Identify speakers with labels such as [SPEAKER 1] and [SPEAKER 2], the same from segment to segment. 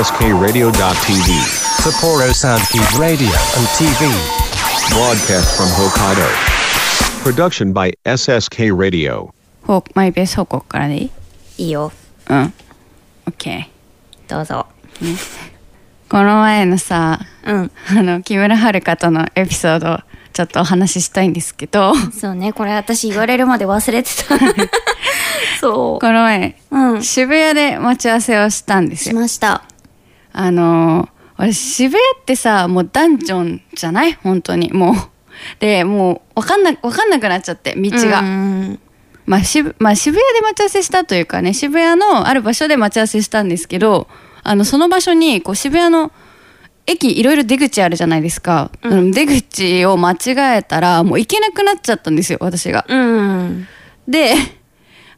[SPEAKER 1] SSKRadio.tv.
[SPEAKER 2] Sapporo Soundkeep Radio and TV.
[SPEAKER 1] Broadcast from Hokkaido. Production by SSK Radio.
[SPEAKER 3] ほうマイペース報告からでいい
[SPEAKER 4] いいよ
[SPEAKER 3] うん。OK。
[SPEAKER 4] どうぞ
[SPEAKER 3] この前のさ、
[SPEAKER 4] うん
[SPEAKER 3] あの、木村遥とのエピソードをちょっとお話ししたいんですけ ど、
[SPEAKER 4] そうねこれ私言われるまで忘れて たそ
[SPEAKER 3] この前、
[SPEAKER 4] うん
[SPEAKER 3] 渋谷で待ち合わせをしたんです
[SPEAKER 4] し
[SPEAKER 3] よ。
[SPEAKER 4] ました
[SPEAKER 3] あのー俺渋谷ってさ、もうダンジョンじゃない本当に。もう。で、もう、わかんな、わかんなくなっちゃって、道が。
[SPEAKER 4] うん
[SPEAKER 3] まあ渋まあ、渋谷で待ち合わせしたというかね渋谷のある場所で待ち合わせしたんですけどあのその場所にこう渋谷の駅いろいろ出口あるじゃないですか、あの出口を間違えたらもう行けなくなっちゃったんですよ私が。
[SPEAKER 4] うん
[SPEAKER 3] で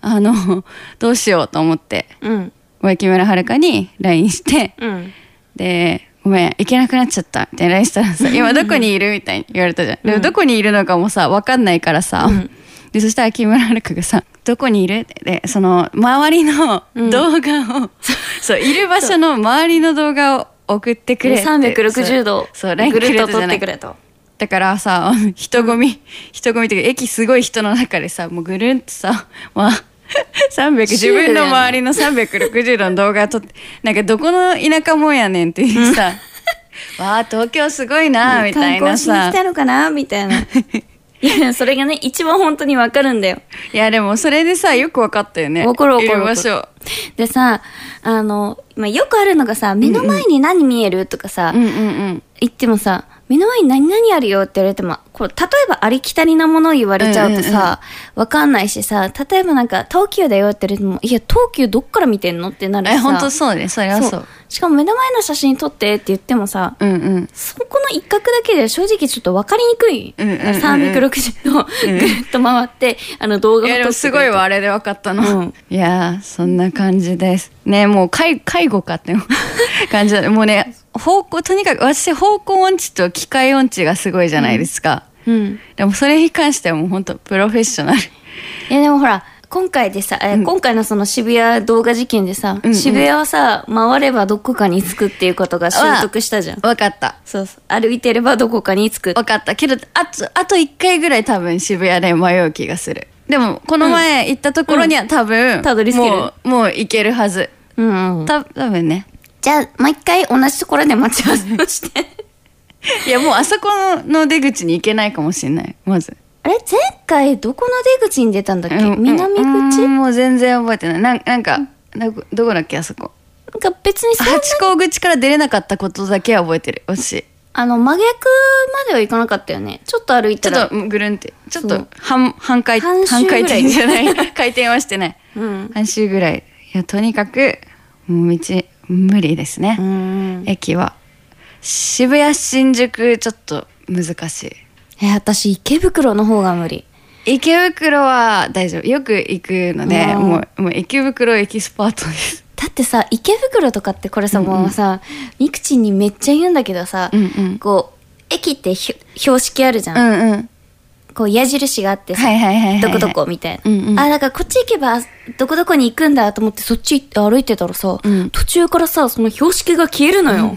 [SPEAKER 3] あのどうしようと思って
[SPEAKER 4] うん
[SPEAKER 3] 木村遥に LINE して
[SPEAKER 4] うん
[SPEAKER 3] で「ごめん行けなくなっちゃった」みたいな LINE した らさ「今どこにいる?」みたいに言われたじゃん、でもどこにいるのかもさ分かんないからさ、でそしたら木村遥がさ「どこにいる?」ってでその周りの動画を、そういる場所の周りの動画を送ってくれって
[SPEAKER 4] 360度
[SPEAKER 3] そうそう LINE
[SPEAKER 4] ぐ
[SPEAKER 3] くれ
[SPEAKER 4] るっと
[SPEAKER 3] たじゃ
[SPEAKER 4] 撮っ
[SPEAKER 3] な
[SPEAKER 4] て
[SPEAKER 3] い
[SPEAKER 4] くれと
[SPEAKER 3] だからさ あの人混み、人混みっていうか駅すごい人の中でさもうぐるんとさ まあ300
[SPEAKER 4] シ
[SPEAKER 3] 自
[SPEAKER 4] ュー
[SPEAKER 3] 分
[SPEAKER 4] ルだよね
[SPEAKER 3] の周りの360度の動画撮ってなんかどこの田舎もんやねんっていう さ「わあ東京すごいな」みたいな
[SPEAKER 4] 観光しに
[SPEAKER 3] さ
[SPEAKER 4] 来たのかなみたい ないやそれがね一番本当にわかるんだ よ
[SPEAKER 3] いやでもそれでさよく分かったよね
[SPEAKER 4] わかるわかる
[SPEAKER 3] いる
[SPEAKER 4] わか
[SPEAKER 3] 場
[SPEAKER 4] る
[SPEAKER 3] 所
[SPEAKER 4] でさあの、まあ、よくあるのがさ目の前に何見えるとかさ、
[SPEAKER 3] うんうんうん
[SPEAKER 4] 言ってもさ目の前に何々あるよって言われてもこう例えばありきたりなものを言われちゃうと
[SPEAKER 3] うんうん
[SPEAKER 4] さ、わかんないしさ例えばなんか東急だよって言われてもいや東急どっから見てんのってなるし
[SPEAKER 3] え
[SPEAKER 4] さ
[SPEAKER 3] 本当そうねそれはそう
[SPEAKER 4] そうしかも目の前の写真撮ってって言ってもさ、
[SPEAKER 3] うんうん
[SPEAKER 4] そこの一角だけで正直ちょっと分かりにくい。
[SPEAKER 3] うんうんうんうん
[SPEAKER 4] 360度ぐるっと回って、あの動画
[SPEAKER 3] いや
[SPEAKER 4] を撮
[SPEAKER 3] で
[SPEAKER 4] って
[SPEAKER 3] も
[SPEAKER 4] く
[SPEAKER 3] す
[SPEAKER 4] れ
[SPEAKER 3] ごい
[SPEAKER 4] た
[SPEAKER 3] わあれで分かったの、
[SPEAKER 4] うん
[SPEAKER 3] いやーそんな感じですねもう介介護かって感じだねもうね方向とにかく私方向音痴と機械音痴がすごいじゃないですか、
[SPEAKER 4] うん。
[SPEAKER 3] でもそれに関してはもう本当プロフェッシ ョナル
[SPEAKER 4] いやでもほら、今回でさ、え今回のその渋谷動画事件でさ、
[SPEAKER 3] んうん
[SPEAKER 4] 渋谷はさ、回ればどこかに着くっていうことが習得したじゃん。
[SPEAKER 3] 分かった
[SPEAKER 4] そうそう。歩いてればどこかに着く。
[SPEAKER 3] 分かったけどあとあと1回ぐらい多分渋谷で迷う気がするでもこの前行ったところには多分、
[SPEAKER 4] んたどり着ける
[SPEAKER 3] もうもう行けるはず
[SPEAKER 4] うんうん。
[SPEAKER 3] た多分ね
[SPEAKER 4] じゃあ、もう一回同じところで待ち合わせをして。
[SPEAKER 3] いやもうあそこの出口に行けないかもしれないまず
[SPEAKER 4] あれ前回どこの出口に出たんだっけ
[SPEAKER 3] うん
[SPEAKER 4] 南口
[SPEAKER 3] う
[SPEAKER 4] なん
[SPEAKER 3] んもう全然覚えてないなんなんかどこどこだっけあそこ
[SPEAKER 4] か別にそんな
[SPEAKER 3] 八甲口から出れなかったことだけは覚えてる私
[SPEAKER 4] あの、真逆までは行かなかったよね。ちょっと歩い
[SPEAKER 3] ち
[SPEAKER 4] た
[SPEAKER 3] ょ
[SPEAKER 4] ら。
[SPEAKER 3] っとぐるんってちょっ
[SPEAKER 4] そ
[SPEAKER 3] と
[SPEAKER 4] う
[SPEAKER 3] 半半回
[SPEAKER 4] 半周
[SPEAKER 3] 半
[SPEAKER 4] ぐら
[SPEAKER 3] 回
[SPEAKER 4] い
[SPEAKER 3] 転じゃない 回転はしてない、
[SPEAKER 4] うん
[SPEAKER 3] 半周ぐらいいやとにかくもう道無理ですね、
[SPEAKER 4] うん。
[SPEAKER 3] 駅は渋谷新宿ちょっと難しい
[SPEAKER 4] え、私、池袋の方が無理。
[SPEAKER 3] 池袋は大丈夫よく行くので
[SPEAKER 4] あー
[SPEAKER 3] もうもう池袋エキスパートです
[SPEAKER 4] だってさ、池袋とかってこれさ、もうさ、ミクチンにめっちゃ言うんだけどさ、
[SPEAKER 3] うんうん
[SPEAKER 4] こう、駅ってひょ標識あるじゃん。
[SPEAKER 3] うんうん
[SPEAKER 4] こう、矢印があってさ、
[SPEAKER 3] はいはいはいはいはい
[SPEAKER 4] どこどこみたいな。
[SPEAKER 3] うんうん
[SPEAKER 4] あ、だからこっち行けば、どこどこに行くんだと思って、そっち行って歩いてたらさ、
[SPEAKER 3] うん
[SPEAKER 4] 途中からさ、その標識が消える のよ。なん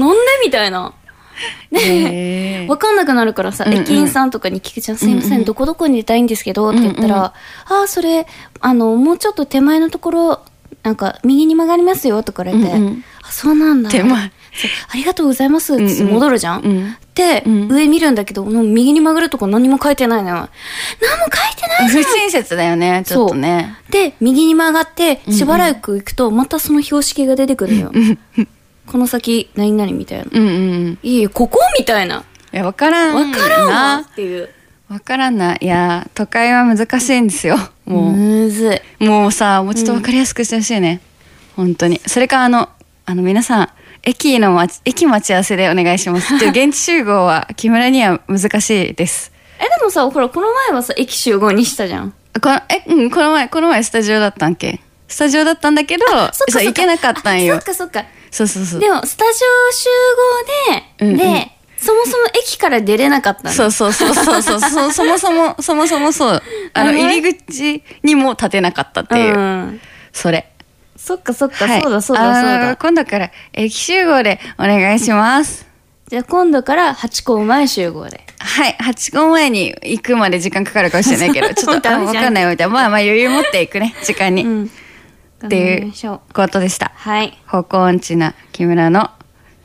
[SPEAKER 4] でみたいな。
[SPEAKER 3] ね
[SPEAKER 4] わかんなくなるからさ、
[SPEAKER 3] うんうん
[SPEAKER 4] 駅員さんとかに聞くじゃん、すいません、どこどこに出たいんですけど、って言ったら、ああ、それ、あの、もうちょっと手前のところ、なんか、右に曲がりますよ、とか言われて、
[SPEAKER 3] うんうん
[SPEAKER 4] あ、そうなんだ。
[SPEAKER 3] 手前
[SPEAKER 4] そう。ありがとうございます、って
[SPEAKER 3] うんうん
[SPEAKER 4] 戻るじゃん。
[SPEAKER 3] うん
[SPEAKER 4] で、
[SPEAKER 3] うん
[SPEAKER 4] 上見るんだけど、もう右に曲がるとこ何も書いてないのよ。何も書いてないじゃ
[SPEAKER 3] 不
[SPEAKER 4] ん
[SPEAKER 3] 親切だよねちょっとね
[SPEAKER 4] で、右に曲がって、しばらく行くと、またその標識が出てくるのよ。この先、何々みたいな。
[SPEAKER 3] うんうんうん
[SPEAKER 4] いいよ、ここみたいな。
[SPEAKER 3] いや分からん
[SPEAKER 4] わからんわ
[SPEAKER 3] な
[SPEAKER 4] っていう。
[SPEAKER 3] 分からんないいや都会は難しいんですよもう、
[SPEAKER 4] むずい。
[SPEAKER 3] もうさもうちょっと分かりやすくしてほしいね、本当にそれかあのあの皆さん駅の待ち駅待ち合わせでお願いしますっていう現地集合は木村には難しいです
[SPEAKER 4] え、でもさ、ほら、この前はさ、駅集合にしたじゃん。
[SPEAKER 3] このえうんこの前この前スタジオだったんけスタジオだったんだけど
[SPEAKER 4] そっかそっか
[SPEAKER 3] そう行けなかったん
[SPEAKER 4] あ
[SPEAKER 3] よ
[SPEAKER 4] そっかそっか。
[SPEAKER 3] そうそうそう
[SPEAKER 4] でも、スタジオ
[SPEAKER 3] うん
[SPEAKER 4] 集合で、
[SPEAKER 3] うん
[SPEAKER 4] で、そもそも駅から出れなかったの。
[SPEAKER 3] そうそうそうそうそうそそもそもそもそもそうあの
[SPEAKER 4] なるほど
[SPEAKER 3] 入り口にも立てなかったっていう、
[SPEAKER 4] うん
[SPEAKER 3] それ
[SPEAKER 4] そっかそっか、
[SPEAKER 3] はい
[SPEAKER 4] そうだそうだそう
[SPEAKER 3] あの
[SPEAKER 4] だ。
[SPEAKER 3] 今度から駅集合でお願いします。
[SPEAKER 4] じゃあ今度から8校前集合で。
[SPEAKER 3] はい、8個前に行くまで時間かかるかもしれないけど、ちょっと
[SPEAKER 4] ダ
[SPEAKER 3] あ
[SPEAKER 4] メ
[SPEAKER 3] わ
[SPEAKER 4] じゃん
[SPEAKER 3] かんないみたいな。まあまあ余裕持っていくね、時間に。
[SPEAKER 4] うん。
[SPEAKER 3] って
[SPEAKER 4] 頑張り
[SPEAKER 3] い
[SPEAKER 4] ましょ
[SPEAKER 3] うことでした。
[SPEAKER 4] はい。
[SPEAKER 3] 方向音痴な木村の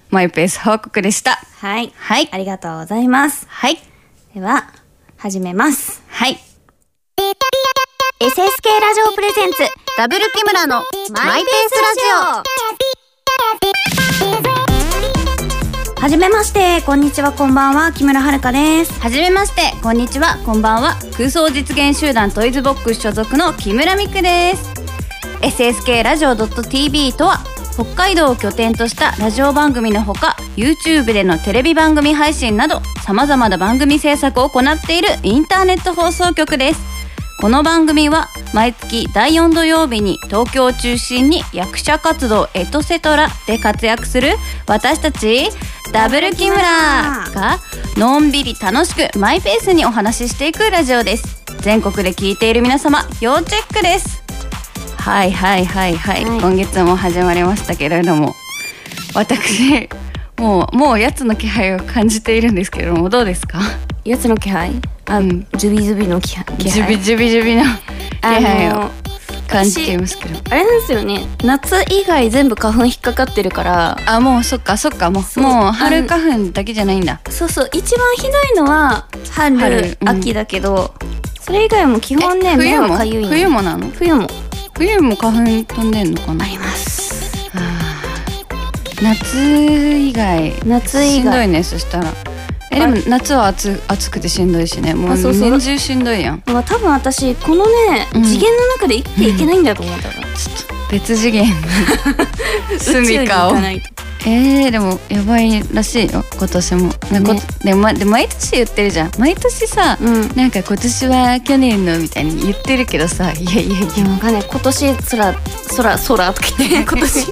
[SPEAKER 3] マイペース報告でした。
[SPEAKER 4] はい。
[SPEAKER 3] はい
[SPEAKER 4] ありがとうございます。
[SPEAKER 3] はい。
[SPEAKER 4] では、始めます。
[SPEAKER 3] はい。
[SPEAKER 5] SSK ラジオプレゼンツダブル木村のマイペースラジ
[SPEAKER 4] はじめまして、こんにちは、こんばんは、木村遥です。
[SPEAKER 3] はじめまして、こんにちは、こんばんは。空想実現集団トイズボックス所属の木村美久です。SSK ラジオ .tv とは、北海道を拠点としたラジオ番組のほか、YouTube でのテレビ番組配信など、様々な番組制作を行っているインターネット放送局です。この番組は毎月第4土曜日に東京を中心に役者活動エトセトラで活躍する私たちダブル木村がのんびり楽しくマイペースにお話ししていくラジオです全国で聞いている皆様要チェックですはいはいはいはい、
[SPEAKER 4] はい
[SPEAKER 3] 今月も始まりましたけれども私もうもうやつの気配を感じているんですけれどもどうですか
[SPEAKER 4] やつの気配
[SPEAKER 3] あの
[SPEAKER 4] ジュビジュビの気配。気
[SPEAKER 3] ジュ
[SPEAKER 4] 配
[SPEAKER 3] ビジュビジュビの気配
[SPEAKER 4] あ
[SPEAKER 3] を
[SPEAKER 4] の
[SPEAKER 3] 感じていますけど
[SPEAKER 4] あれなんですよね夏以外全部花粉引っかかってるから
[SPEAKER 3] あもうそっかそっかもう
[SPEAKER 4] う
[SPEAKER 3] もう春花粉だけじゃないんだ
[SPEAKER 4] そうそう一番ひどいのは春
[SPEAKER 3] 春うん
[SPEAKER 4] 秋だけど、それ以外も基本ね
[SPEAKER 3] え
[SPEAKER 4] 目
[SPEAKER 3] 冬
[SPEAKER 4] が
[SPEAKER 3] も
[SPEAKER 4] かゆいの
[SPEAKER 3] 冬もなの
[SPEAKER 4] 冬も
[SPEAKER 3] 冬も花粉飛んでんのかな
[SPEAKER 4] あります
[SPEAKER 3] 夏以外
[SPEAKER 4] 夏以
[SPEAKER 3] しんどい
[SPEAKER 4] 外
[SPEAKER 3] ねそしたらえでも夏は暑暑くてしんどいしねもう
[SPEAKER 4] あそうそう
[SPEAKER 3] 年中しんどいやん
[SPEAKER 4] まあ多分私このね、
[SPEAKER 3] うん
[SPEAKER 4] 次元の中で生きていけないんだと思ったから、
[SPEAKER 3] ちょっと別次 元の住みかを
[SPEAKER 4] 宇宙に行かないと
[SPEAKER 3] えー、でもやばいらしいよ今年も、ねこ
[SPEAKER 4] ね
[SPEAKER 3] でま、で毎年言ってるじゃん毎年さ、
[SPEAKER 4] うん
[SPEAKER 3] なんか今年は去年のみたいに言ってるけどさいやいやいや
[SPEAKER 4] でもわかんない今年空空空とか 言って今年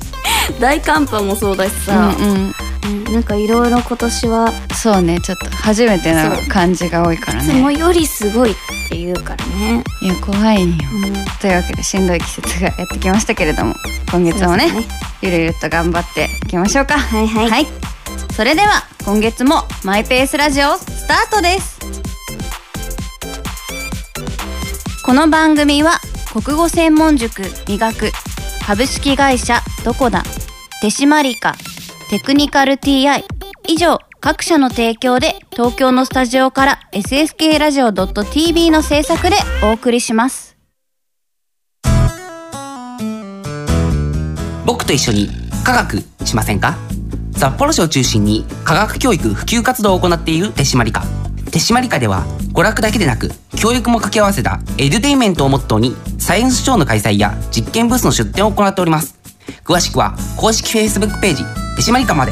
[SPEAKER 4] 大寒波もそうだしさ、
[SPEAKER 3] うんうん、
[SPEAKER 4] うんなんかいろいろ今年は
[SPEAKER 3] そうねちょっと初めての
[SPEAKER 4] そう
[SPEAKER 3] 感じが多いから
[SPEAKER 4] いつも
[SPEAKER 3] ね
[SPEAKER 4] よりすごいっていうからね、
[SPEAKER 3] いや怖いよ
[SPEAKER 4] うん
[SPEAKER 3] というわけでしんどい季節がやってきましたけれども今月もね
[SPEAKER 4] そうです
[SPEAKER 3] ゆるゆると頑張っていきましょうか
[SPEAKER 4] はいはい
[SPEAKER 3] それでは今月もマイペースラジオスタートですこの番組は国語専門塾医学株式会社どこだ手締まりかテクニカル TI 以上各社の提供で東京のスタジオから SSK ラジオ .tv の制作でお送りします
[SPEAKER 6] 僕と一緒に科学しませんか札幌市を中心に科学教育普及活動を行っている手締まり課手締まり課では娯楽だけでなく教育も掛け合わせたエデュテインメントをモットーにサイエンスショーの開催や実験ブースの出展を行っております詳しくは公式 Facebook ページ手締まり課まで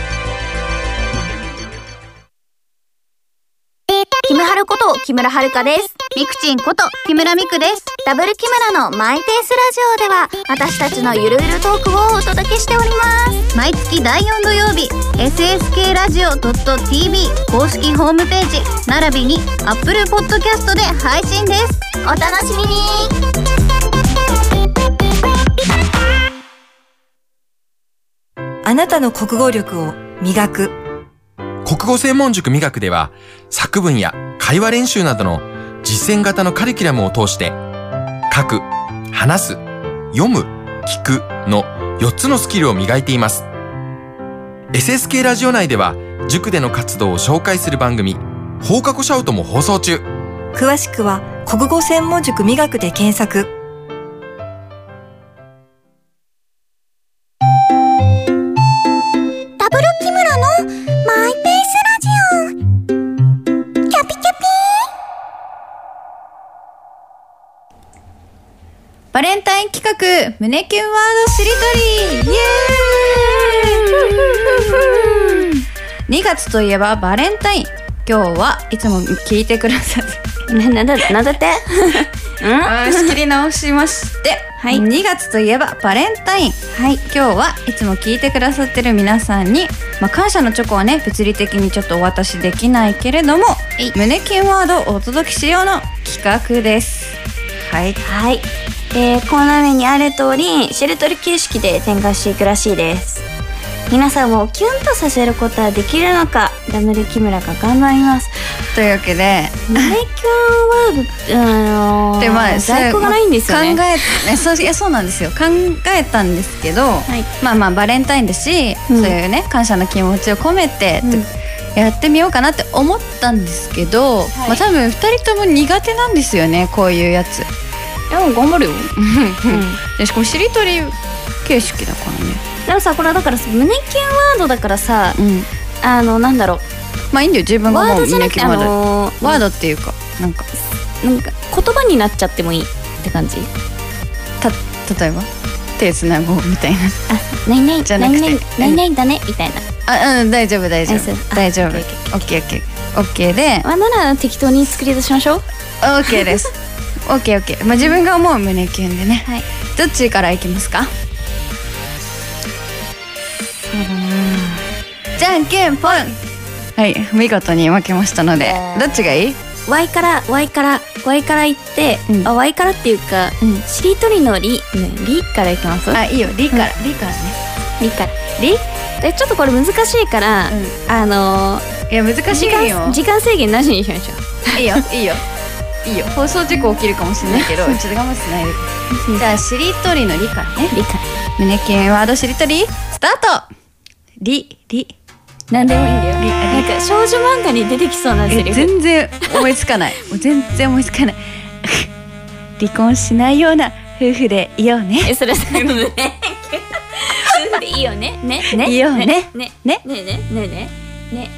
[SPEAKER 7] キムハルこと木村遥です。ミクチンこと木村ミクです。ダブル木村のマイペースラジオでは私たちのゆるゆるトークをお届けしております。毎月第4土曜日、SSK ラジオ .tv 公式ホームページ、並びに Apple Podcast で配信です。お楽しみに
[SPEAKER 8] あなたの国語力を磨く。
[SPEAKER 9] 国語専門塾美学では作文や会話練習などの実践型のカリキュラムを通して書く、話す、読む、聞くの4つのスキルを磨いています。SSK ラジオ内では塾での活動を紹介する番組放課後シャウトも放送中。
[SPEAKER 8] 詳しくは国語専門塾磨くで検索。
[SPEAKER 7] ダブル木村の
[SPEAKER 10] バレンタイン企画胸キュンワードしりとりイエーイ2月といえばバレンタイン今日はいつも聞いてくださって
[SPEAKER 4] なだなんだって
[SPEAKER 10] うん仕切り直しまして、はい、2月といえばバレンタイン、はい、今日はいつも聞いてくださってる皆さんに、まあ、感謝のチョコはね物理的にちょっとお渡しできないけれども胸キュンワードをお届けしようの企画ですはい
[SPEAKER 4] はいえー、コーナー名にある通りしりとり形式で展開していくらしいです皆さんをキュンとさせることはできるのかダブル木村が頑張ります
[SPEAKER 3] というわけで
[SPEAKER 4] 胸キュンワードあのー、
[SPEAKER 3] でまあ
[SPEAKER 4] 在庫がないんですよね、
[SPEAKER 3] 考ええ そういやそうなんですよ考えたんですけど、まあまあバレンタインだし、そういうね感謝の気持ちを込めて、やってみようかなって思ったんですけど、まあ多分2人とも苦手なんですよねこういうやつ。
[SPEAKER 4] いや頑張るよ、
[SPEAKER 3] でしかもしりとり形式だからね
[SPEAKER 4] でもさこれはだからさ胸キュンワードだからさ、あのなんだろう
[SPEAKER 3] まあいいんだよ自分が
[SPEAKER 4] ワー
[SPEAKER 3] も
[SPEAKER 4] ド
[SPEAKER 3] う
[SPEAKER 4] じゃなくて
[SPEAKER 3] 胸キュンワード
[SPEAKER 4] あのー
[SPEAKER 3] ワードっていうかなんか
[SPEAKER 4] なんか言葉になっちゃってもいいって感じ
[SPEAKER 3] た例えば手つなごうみたいな
[SPEAKER 4] ないない
[SPEAKER 3] じゃなくて
[SPEAKER 4] ないないないないだねみたいな
[SPEAKER 3] あうん大丈夫大丈
[SPEAKER 4] あそう
[SPEAKER 3] 夫大丈夫オッケーオッケーオッケーで
[SPEAKER 4] あなら適当に作り出しましょうオ
[SPEAKER 3] ッケーです オッケーオッケーまあ自分が思う胸キュンでね、どっちからいきますかじゃんけんぽんはい見事に負けましたのでどっちがいい
[SPEAKER 4] Y から Y から Y から行って、あ Y からっていうか、しりとりのり、ね、りからいきます
[SPEAKER 3] あいいよりから、
[SPEAKER 4] りからねりからりでちょっとこれ難しいから、あの
[SPEAKER 3] いや難しいよ
[SPEAKER 4] 時間時間制限なしにしましょ う
[SPEAKER 3] いいよいいよいいよ放送事故起きるかもしれないけどちょっと我慢しないでじゃあしりとりのりからね
[SPEAKER 4] りから
[SPEAKER 3] 胸キュンワードしりとりスタートりり
[SPEAKER 4] なんでもいいんだよなんか少女漫画に出てきそうなセリ
[SPEAKER 3] え
[SPEAKER 4] フ
[SPEAKER 3] 全然思いつかない もう全然思いつかない 離婚しないような夫婦でいようね
[SPEAKER 4] えそれそれね夫婦でいいよねねね
[SPEAKER 3] いいよね
[SPEAKER 4] ね
[SPEAKER 3] ね
[SPEAKER 4] ねねねねねね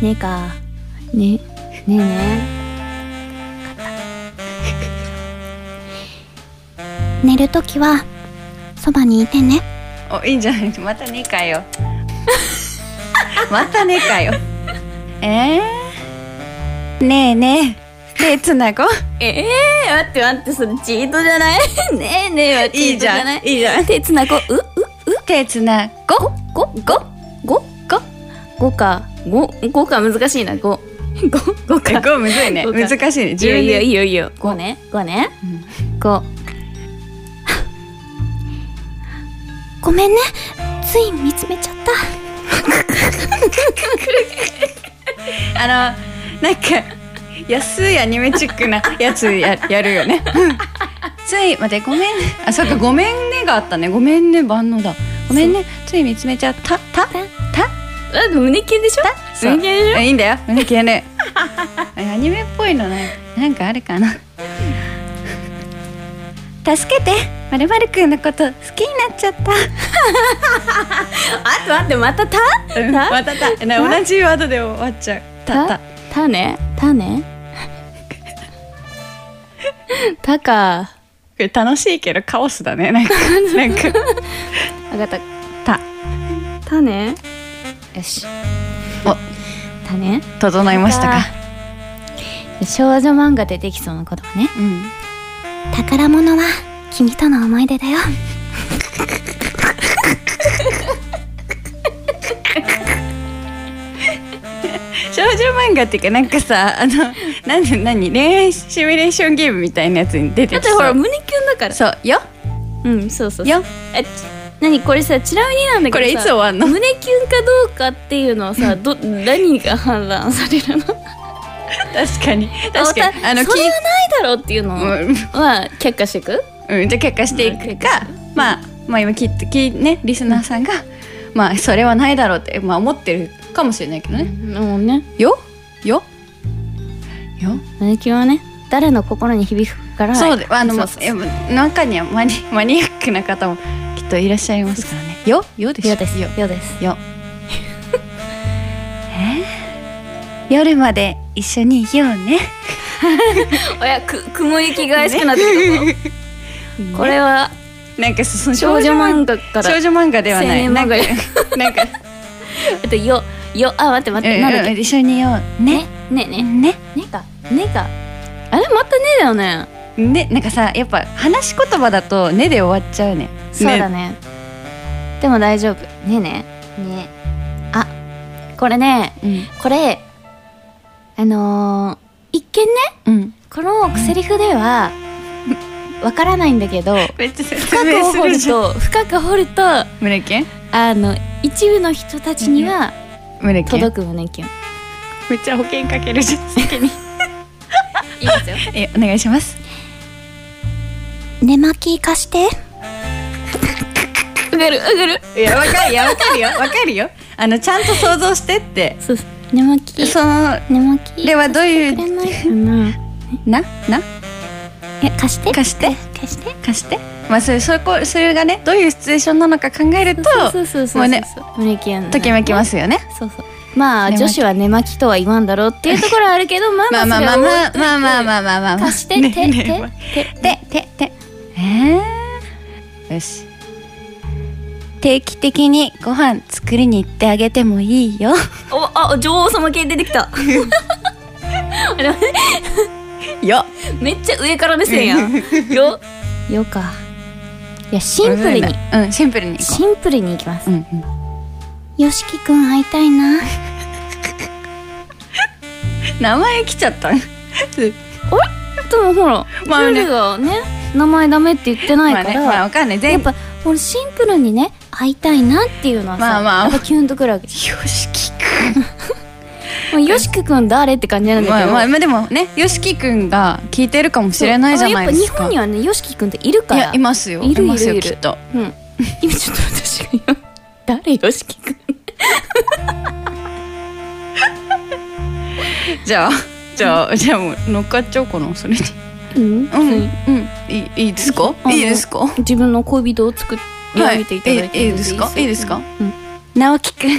[SPEAKER 4] ねねかねねえね寝るときはそばにいてね
[SPEAKER 3] おいいんじゃないまたねかよまたねかよ えー、ねえねえ手つなごう
[SPEAKER 4] ええー、待って待ってそれチートじゃないねえねえはチートじゃない
[SPEAKER 3] いいじゃんいいじゃん
[SPEAKER 4] 手つなごうう
[SPEAKER 3] 手つなごう
[SPEAKER 4] ごごごごごかごごか難しいなごごごか
[SPEAKER 3] ごむずいね
[SPEAKER 4] ごか
[SPEAKER 3] 難しいね
[SPEAKER 4] いいよいいよいい
[SPEAKER 3] よ
[SPEAKER 4] よいいよごねごねごごめんねつい見つめちゃった
[SPEAKER 3] あのなんか安いアニメチックなやつややるよねうんつい待ってごめんあそっかごめんねがあったねごめんね万能だごめんねつい見つめちゃったた
[SPEAKER 4] だって胸キュンでしょ
[SPEAKER 3] そう
[SPEAKER 4] 胸キュンでしょ
[SPEAKER 3] えいいんだよ胸キュンで えアニメっぽいのねなんかあるかな助けてまるまるくんのこと好きになっちゃった
[SPEAKER 4] あと待ってまたた
[SPEAKER 3] うんまたたな同じワードで終わっちゃうたた
[SPEAKER 4] たねたねたか
[SPEAKER 3] これ楽しいけどカオスだね なんかなんか
[SPEAKER 4] わかった
[SPEAKER 3] た
[SPEAKER 4] たね
[SPEAKER 3] よし
[SPEAKER 4] たね
[SPEAKER 3] 整いましたか
[SPEAKER 4] 少女漫画でできそうな言葉ね
[SPEAKER 3] うん
[SPEAKER 4] 宝物は君との思い出だよ
[SPEAKER 3] 少女漫画っていうかなんかさあのなんで何恋愛シミュレーションゲームみたいなやつに出て
[SPEAKER 4] だっ
[SPEAKER 3] き
[SPEAKER 4] て
[SPEAKER 3] そう
[SPEAKER 4] ほら胸キュンだから
[SPEAKER 3] そうよ
[SPEAKER 4] うんそうそうそう
[SPEAKER 3] よ
[SPEAKER 4] えち何これさちなみになんだ
[SPEAKER 3] こ
[SPEAKER 4] けどさ
[SPEAKER 3] れいつ終わんの
[SPEAKER 4] 胸キュンかどうかっていうのはさど何が判断されるの
[SPEAKER 3] 確かに確かに
[SPEAKER 4] あ
[SPEAKER 3] の
[SPEAKER 4] のそれはないだろうっていうのは
[SPEAKER 3] 聞い
[SPEAKER 4] 却下していく
[SPEAKER 3] うん、うん、じゃあ結果していくか、まあまあ今きっときねリスナーさんが、まあそれはないだろうってまあ思ってるかもしれないけどね、
[SPEAKER 4] もうね
[SPEAKER 3] よよよ
[SPEAKER 4] 胸キュンはね誰の心に響くから
[SPEAKER 3] そうであのもう
[SPEAKER 4] そうそう
[SPEAKER 3] えもう中にはマニマニアックな方もきっといらっしゃいますからねよよでしょ
[SPEAKER 4] よですよです
[SPEAKER 3] よ。 え夜まで一緒にいようね。
[SPEAKER 4] おやく雲行きが怪しくなってきたぞこれは
[SPEAKER 3] なんかその
[SPEAKER 4] 少女漫画から
[SPEAKER 3] 少女漫画ではない
[SPEAKER 4] 青年漫画
[SPEAKER 3] なんか なんか
[SPEAKER 4] あとよよあ待って待っ
[SPEAKER 3] う
[SPEAKER 4] て
[SPEAKER 3] ん
[SPEAKER 4] なんだっけ
[SPEAKER 3] うん一緒によね
[SPEAKER 4] ねねねねかねかあれまたねだよね
[SPEAKER 3] ねなんかさやっぱ話し言葉だとねで終わっちゃうね
[SPEAKER 4] そうだねでも大丈夫ねえねねあこれね、これあのー一見ね、このセリフではわからないんだけど深く掘ると深く掘ると
[SPEAKER 3] 胸キュン
[SPEAKER 4] あの一部の人たちには
[SPEAKER 3] 胸キュン
[SPEAKER 4] 届く胸キュン
[SPEAKER 3] めっちゃ保険かけるじゃん先 にいいですよ えお願いします
[SPEAKER 7] 寝巻き貸して
[SPEAKER 3] わかるわかるいやわかるよわかるよわかるよあのちゃんと想像してって
[SPEAKER 4] そう寝巻き
[SPEAKER 3] その
[SPEAKER 4] 寝巻き
[SPEAKER 3] ではどういうなな
[SPEAKER 4] 貸して
[SPEAKER 3] 貸して
[SPEAKER 4] 貸して
[SPEAKER 3] 貸してまあそれそこそれがねどういうシチュエーションなのか考えると
[SPEAKER 4] そうそうそうそう
[SPEAKER 3] もうね
[SPEAKER 4] 胸キュン
[SPEAKER 3] ときめきますよね
[SPEAKER 4] そうそうまあ
[SPEAKER 3] 寝巻き
[SPEAKER 4] 女子は寝巻きとは言わんだろうっていうところはあるけどま
[SPEAKER 3] ま
[SPEAKER 4] あ
[SPEAKER 3] あ
[SPEAKER 4] ま
[SPEAKER 3] ま
[SPEAKER 4] あ
[SPEAKER 3] あ
[SPEAKER 4] ま
[SPEAKER 3] ま
[SPEAKER 4] あ
[SPEAKER 3] あ
[SPEAKER 4] ま
[SPEAKER 3] ま
[SPEAKER 4] あ
[SPEAKER 3] あまあまあまあまあまあ
[SPEAKER 4] 貸して
[SPEAKER 3] ね
[SPEAKER 4] 手
[SPEAKER 3] ね
[SPEAKER 4] 手手
[SPEAKER 3] 手手手えーよし定期的にご飯作りに行ってあげてもいいよ
[SPEAKER 4] おあ女王様系出てきた あれ
[SPEAKER 3] よ
[SPEAKER 4] めっちゃ上から目線やんよよかいやシンプルに
[SPEAKER 3] うんシンプルに
[SPEAKER 4] シンプルにいきます
[SPEAKER 3] うん
[SPEAKER 4] よしきくん会いたいな
[SPEAKER 3] 名前来ちゃった
[SPEAKER 4] でもほら
[SPEAKER 3] まあね
[SPEAKER 4] ルールがね名前ダメって言ってないから、
[SPEAKER 3] まあねまあわかんない全
[SPEAKER 4] やっぱこのシンプルにね会いたいなっていうのはさ、
[SPEAKER 3] まあまあ
[SPEAKER 4] やっぱキュンとくるわけよ
[SPEAKER 3] しきく
[SPEAKER 4] んまあよしきくん誰って感じなんだ
[SPEAKER 3] ま
[SPEAKER 4] け
[SPEAKER 3] あ
[SPEAKER 4] ど、
[SPEAKER 3] まあまあでもねよしきくんが聞いてるかもしれないじゃないです
[SPEAKER 4] そう
[SPEAKER 3] か
[SPEAKER 4] あやっぱ日本にはねよしきくんっているか
[SPEAKER 3] い
[SPEAKER 4] ら
[SPEAKER 3] やいますよ
[SPEAKER 4] いるい
[SPEAKER 3] ま
[SPEAKER 4] る
[SPEAKER 3] す
[SPEAKER 4] い
[SPEAKER 3] よ
[SPEAKER 4] る
[SPEAKER 3] きっと
[SPEAKER 4] うん、今ちょっと私が言う誰よしきくん
[SPEAKER 3] じ ゃあじゃあじゃあもう乗っかっちゃおうかなそれに
[SPEAKER 4] うん
[SPEAKER 3] うんうんいいいいですかいいですか
[SPEAKER 4] か自分の恋人を作り上げていただいて
[SPEAKER 3] いい
[SPEAKER 4] も
[SPEAKER 3] いですかいいですか
[SPEAKER 4] うん
[SPEAKER 3] 直樹くん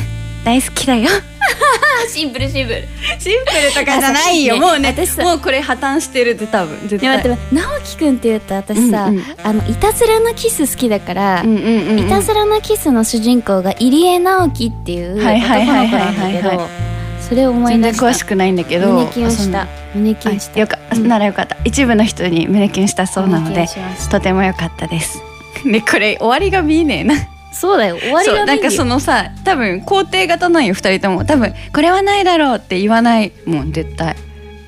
[SPEAKER 3] 大好きだよ
[SPEAKER 4] あシンプルシンプル
[SPEAKER 3] シンプルとかじゃないよ
[SPEAKER 4] ね
[SPEAKER 3] もうね
[SPEAKER 4] 私さ
[SPEAKER 3] もうこれ破綻してるって多分絶
[SPEAKER 4] でも待
[SPEAKER 3] 対
[SPEAKER 4] って直樹くんって言うと私さ、
[SPEAKER 3] うんうん
[SPEAKER 4] あのいたずらのキス好きだから、
[SPEAKER 3] うんうんうんうん
[SPEAKER 4] いたずらのキスの主人公が入江直樹っていう男
[SPEAKER 3] はいはい
[SPEAKER 4] の
[SPEAKER 3] はい
[SPEAKER 4] 子
[SPEAKER 3] はい
[SPEAKER 4] なんだけ
[SPEAKER 3] はいは
[SPEAKER 4] どそれを思い
[SPEAKER 3] 全
[SPEAKER 4] 出
[SPEAKER 3] 然
[SPEAKER 4] した
[SPEAKER 3] 詳しくないんだけど
[SPEAKER 4] 胸キュンした胸キュンし
[SPEAKER 3] あよかならよかった一部の人に胸キュンしたそうなの
[SPEAKER 4] 胸
[SPEAKER 3] で
[SPEAKER 4] キュンしまし
[SPEAKER 3] とても良かったですねこれ終わりが見えねえな
[SPEAKER 4] そうだよ終わり
[SPEAKER 3] そ
[SPEAKER 4] が
[SPEAKER 3] うな
[SPEAKER 4] ない
[SPEAKER 3] ん
[SPEAKER 4] んだ
[SPEAKER 3] か
[SPEAKER 4] よ
[SPEAKER 3] そのさ多分肯定型なんよ二人とも多分これはないだろうって言わないもん絶対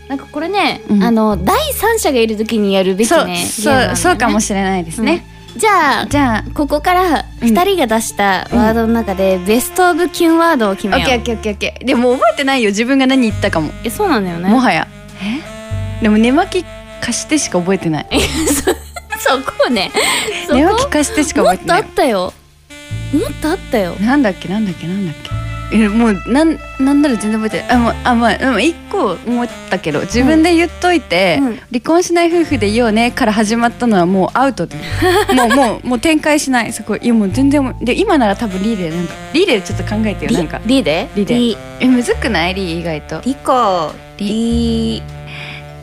[SPEAKER 4] なんかこれね、あの第三者がいる時にやるべきね
[SPEAKER 3] そう
[SPEAKER 4] ゲームなんだよ
[SPEAKER 3] そ
[SPEAKER 4] ね
[SPEAKER 3] うそうかもしれないですね、
[SPEAKER 4] じゃあ
[SPEAKER 3] じゃあ
[SPEAKER 4] ここから二人が出したワードの中で、ベストオブキュンワードを決
[SPEAKER 3] オ
[SPEAKER 4] め
[SPEAKER 3] ッ
[SPEAKER 4] よう
[SPEAKER 3] ケーオッケーオッケーオッケーでも覚えてないよ自分が何言ったかも
[SPEAKER 4] えそうなんだよね
[SPEAKER 3] もはやえでも寝巻き貸してしか覚えてない
[SPEAKER 4] そこねそこ
[SPEAKER 3] 寝巻き貸してしか覚えてない
[SPEAKER 4] もっとあったよもっとあったよ
[SPEAKER 3] なんだっけなんだっけなんだっけえもうなんなんなら全然覚えてないあもうあまあでも一個思ったけど自分で言っといて、離婚しない夫婦でいようねから始まったのはもうアウトでもうもうもう展開しないそこいやもう全然思いで今なら多分リーでなんかリーでちょっと考えてよなんか
[SPEAKER 4] リで
[SPEAKER 3] リでえむずくないリー意外と
[SPEAKER 8] リコリ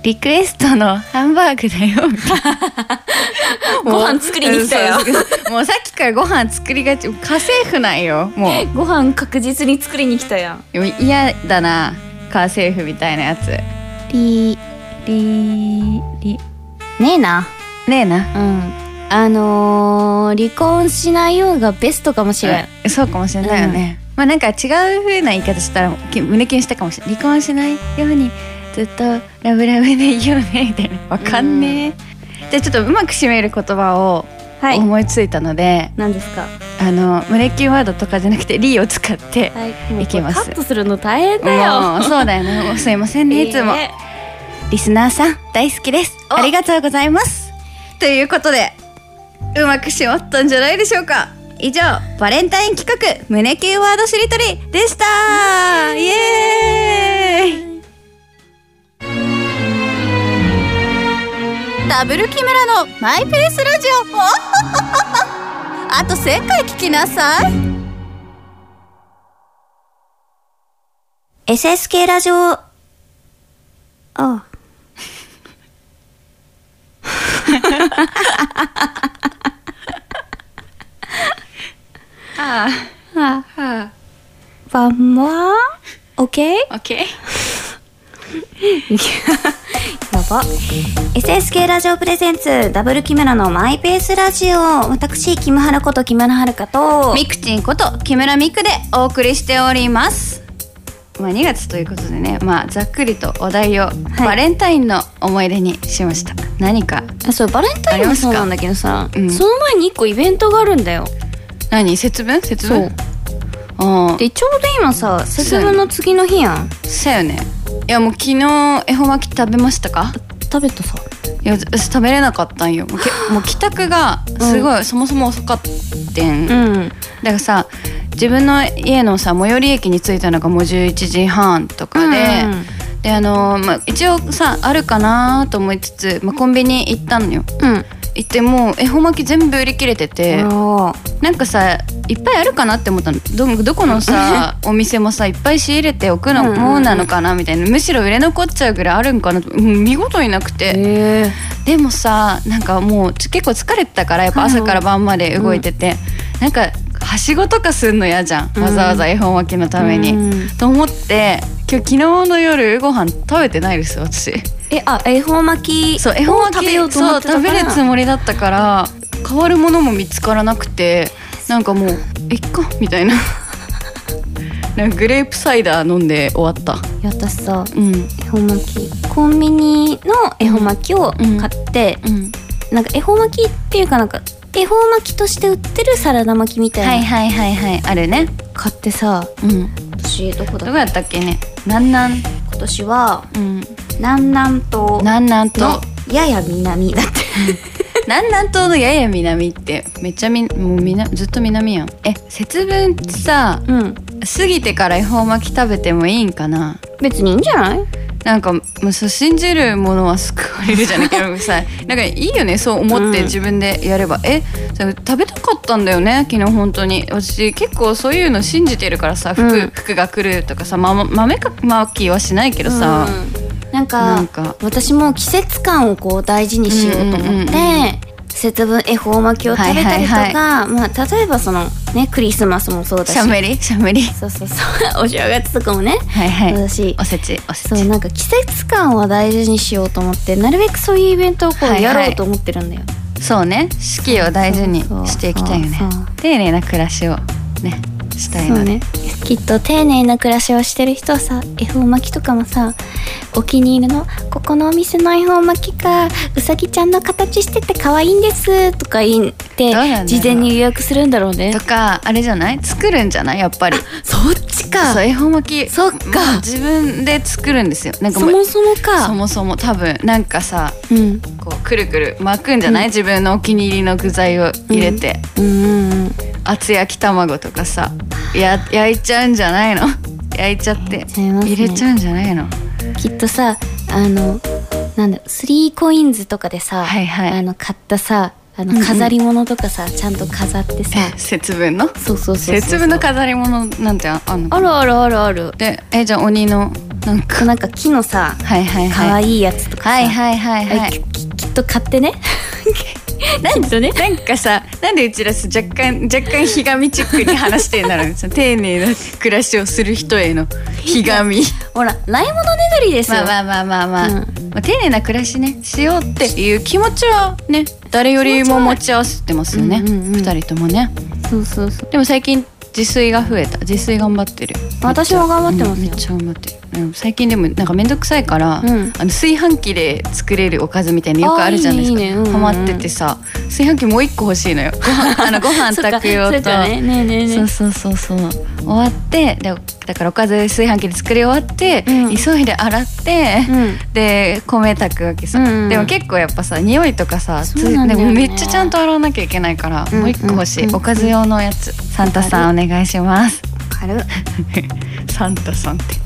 [SPEAKER 3] リクエストのハンバーグだよみたいな
[SPEAKER 4] ご飯作りに来たよ
[SPEAKER 3] もうそ う そうもうさっきからご飯作りがち家政婦なんよ もう
[SPEAKER 4] ご飯確実に作りに来たやん
[SPEAKER 3] でも嫌だな家政婦みたいなやつ
[SPEAKER 4] リ
[SPEAKER 3] リリ
[SPEAKER 4] ねえな
[SPEAKER 3] ねえな
[SPEAKER 4] うんあのー、離婚しないようがベストかもしれん
[SPEAKER 3] うんそうかもしれないよね、まあなんか違う風な言い方したらき胸キュンしたかもしれない離婚しないようにずっとラブラブでいようねみたいなわかんねえ、じゃあちょっとうまく締める言葉を
[SPEAKER 4] はい
[SPEAKER 3] 思いついたので、
[SPEAKER 4] 何ですか
[SPEAKER 3] あの胸キュンワードとかじゃなくてリーを使って
[SPEAKER 4] はいもう
[SPEAKER 3] いきます
[SPEAKER 4] カットするの大変だ
[SPEAKER 3] も
[SPEAKER 4] よ
[SPEAKER 3] うそうだよねもうすいませんねいつも、
[SPEAKER 4] え
[SPEAKER 3] リスナーさん大好きですありがとうございますということでうまく締まったんじゃないでしょうか以上バレンタイン企画胸キュンワードしりとりでしたイエーイ
[SPEAKER 5] ダブル木村のマイペースラジオ あと1000回聞きなさい
[SPEAKER 7] SSK ラジオああ
[SPEAKER 3] あ
[SPEAKER 4] あ
[SPEAKER 3] あ、は
[SPEAKER 4] One more? Okay?
[SPEAKER 3] Okay.
[SPEAKER 4] やば。
[SPEAKER 7] SSK ラジオプレゼンツダブル木村のマイペースラジオ私木村春こと木村春香と
[SPEAKER 10] ミクチンこと木村ミクでお送りしております
[SPEAKER 3] まあ2月ということでね、まあざっくりとお題をバレンタインの思い出にしました。何か
[SPEAKER 4] あそうバレンタインもそうなんだけどさ、その前に一個イベントがあるんだよ
[SPEAKER 3] 何節分節分そう
[SPEAKER 4] でちょうど今さ節分の次の日やん
[SPEAKER 3] そうよねいやもう昨日恵方巻き食べましたか
[SPEAKER 4] 食べたさ
[SPEAKER 3] いや私食べれなかったんよもうけもう帰宅がすごい、そもそも遅かってん、だからさ自分の家のさ最寄り駅に着いたのがもう11時半とかで、であのーまあ、一応さあるかなと思いつつ、まあ、コンビニ行ったのよ、行ってもう恵方巻き全部売り切れててなんかさいっぱいあるかなって思ったのどどこのさお店もさいっぱい仕入れておくのもうなのかなみたいなむしろ売れ残っちゃうぐらいあるんかなとうん見事になくてでもさなんかもう結構疲れてたからやっぱ朝から晩まで動いてて、なんかはしごとかすんの嫌じゃん、わざわざ恵方巻きのために。と思って今日昨日の夜ご飯食べてないです私。
[SPEAKER 4] えあ恵方巻き
[SPEAKER 3] そう恵方巻き食べようと思って食べるつもりだったから変わるものも見つからなくてなんかもうえっかみたいな なんかグレープサイダー飲んで終わった
[SPEAKER 4] やったさ、
[SPEAKER 3] うん、
[SPEAKER 4] 恵方巻きコンビニの恵方巻きを買って、なんか恵方巻きっていうかなんか恵方巻きとして売ってるサラダ巻きみたいな
[SPEAKER 3] はいはいはいはいあるね
[SPEAKER 4] 買ってさ、
[SPEAKER 3] うん、
[SPEAKER 4] 私どこ
[SPEAKER 3] ど
[SPEAKER 4] だ
[SPEAKER 3] こだったっけねなんなん
[SPEAKER 4] 今年は、
[SPEAKER 3] うん、
[SPEAKER 4] 南南東
[SPEAKER 3] 南南
[SPEAKER 4] の
[SPEAKER 3] 東
[SPEAKER 4] やや南だって
[SPEAKER 3] 南南東のやや南ってめっちゃみもうみなずっと南やんえ節分ってさ、過ぎてから恵方巻き食べてもいいんかな
[SPEAKER 4] 別にいいんじゃない
[SPEAKER 3] なんかもうそう信じるものは救われるじゃなきゃ さなんかいいよねそう思って自分でやれば、えそれ食べたかったんだよね昨日本当に私結構そういうの信じてるからさ服,、
[SPEAKER 4] うん
[SPEAKER 3] 服が来るとかさ、ま、豆かまきはしないけどさ、
[SPEAKER 4] なんか
[SPEAKER 3] なんか
[SPEAKER 4] 私も季節感をこう大事にしようと思って、
[SPEAKER 3] うんうんうんうん
[SPEAKER 4] 節分恵方巻きを食べたりとか、
[SPEAKER 3] はいは
[SPEAKER 4] まあ例えばそのねクリスマスもそうだし
[SPEAKER 3] しゃべりしゃべり
[SPEAKER 4] そうそうそう お正月とかもね
[SPEAKER 3] はいはい
[SPEAKER 4] 私
[SPEAKER 3] おせちおせ
[SPEAKER 4] そうなんか季節感を大事にしようと思ってなるべくそういうイベントをこ
[SPEAKER 3] は
[SPEAKER 4] う
[SPEAKER 3] い
[SPEAKER 4] や
[SPEAKER 3] はい
[SPEAKER 4] ろうと思ってるんだよ、
[SPEAKER 3] そうね四季を大事にしていきたいよね丁寧な暮らしをねしたい
[SPEAKER 4] そ
[SPEAKER 3] の
[SPEAKER 4] う
[SPEAKER 3] で、
[SPEAKER 4] ねきっと丁寧な暮らしをしてる人はさ恵方巻きとかもさお気に入りの「ここのお店の恵方巻きかうさぎちゃんの形してて可愛いんです」とか言って
[SPEAKER 3] どうなんだろう
[SPEAKER 4] 事前に予約するんだろうね
[SPEAKER 3] とかあれじゃない作るんじゃないやっぱり
[SPEAKER 4] そっちか
[SPEAKER 3] そう恵方巻き
[SPEAKER 4] そっ
[SPEAKER 3] か自分で作るんですよなんか
[SPEAKER 4] そもそもか
[SPEAKER 3] そもそも多分なんかさ
[SPEAKER 4] うん
[SPEAKER 3] こうくるくる巻くんじゃない、
[SPEAKER 4] うん
[SPEAKER 3] 自分のお気に入りの具材を入れて、
[SPEAKER 4] うんうんうん
[SPEAKER 3] 厚焼き卵とかさや焼いちゃうんじゃないの 焼いちゃって入れちゃうんじゃないの
[SPEAKER 4] きっとさあのなんだスリーコインズとかでさ、あの買ったさあ
[SPEAKER 3] うん
[SPEAKER 4] の
[SPEAKER 3] うん
[SPEAKER 4] 飾り物とかさ、ちゃんと飾ってさ
[SPEAKER 3] 節分の
[SPEAKER 4] そうそうそうそう
[SPEAKER 3] 節分の飾り物なんてああんの
[SPEAKER 4] あるあるあるある
[SPEAKER 3] でえじゃあ鬼のなんか
[SPEAKER 4] なんか木のさ
[SPEAKER 3] はいはいはい
[SPEAKER 4] 可愛いやつとかさ
[SPEAKER 3] はいはいはいはい
[SPEAKER 4] あきききっと買って ねなんとね
[SPEAKER 3] なんかさなんでうちらさ若干若干ひがみチックに話してんだろ う丁寧な暮らしをする人へのひがみ
[SPEAKER 4] ほらないものねだりですよ
[SPEAKER 3] まあまあまあまあまあ、まあ丁寧な暮らしねしようっていう気持ちはね誰よりも持ち合わせてますよね二、人ともね
[SPEAKER 4] そうそうそう
[SPEAKER 3] でも最近自炊が増えた自炊頑張ってる
[SPEAKER 4] 私も頑張って
[SPEAKER 3] よ、
[SPEAKER 4] ます
[SPEAKER 3] うんめっちゃ頑張ってるうん最近でもなんか面倒くさいから、あの炊飯器で作れるおかずみたいなのよくあるじゃないですか
[SPEAKER 4] あーいいねいいねうんうん
[SPEAKER 3] ハマっててさ炊飯器もう一個欲しいの よご飯あのご飯
[SPEAKER 4] そっか
[SPEAKER 3] 炊く用
[SPEAKER 4] そ
[SPEAKER 3] と
[SPEAKER 4] うだねねえねえねえ
[SPEAKER 3] そうそうそうそう終わってでだからおかず炊飯器で作り終わって、急いで洗って、で米炊くわけさ、
[SPEAKER 4] うんうん
[SPEAKER 3] でも結構やっぱさ匂いとかさつ
[SPEAKER 4] そうなんだ
[SPEAKER 3] で
[SPEAKER 4] よね
[SPEAKER 3] もめっちゃちゃんと洗わなきゃいけないから、
[SPEAKER 4] うん
[SPEAKER 3] もう一個欲しい、
[SPEAKER 4] うんうん
[SPEAKER 3] おかず用のやつサンタさんお願いします
[SPEAKER 4] 軽っ
[SPEAKER 3] サンタさんって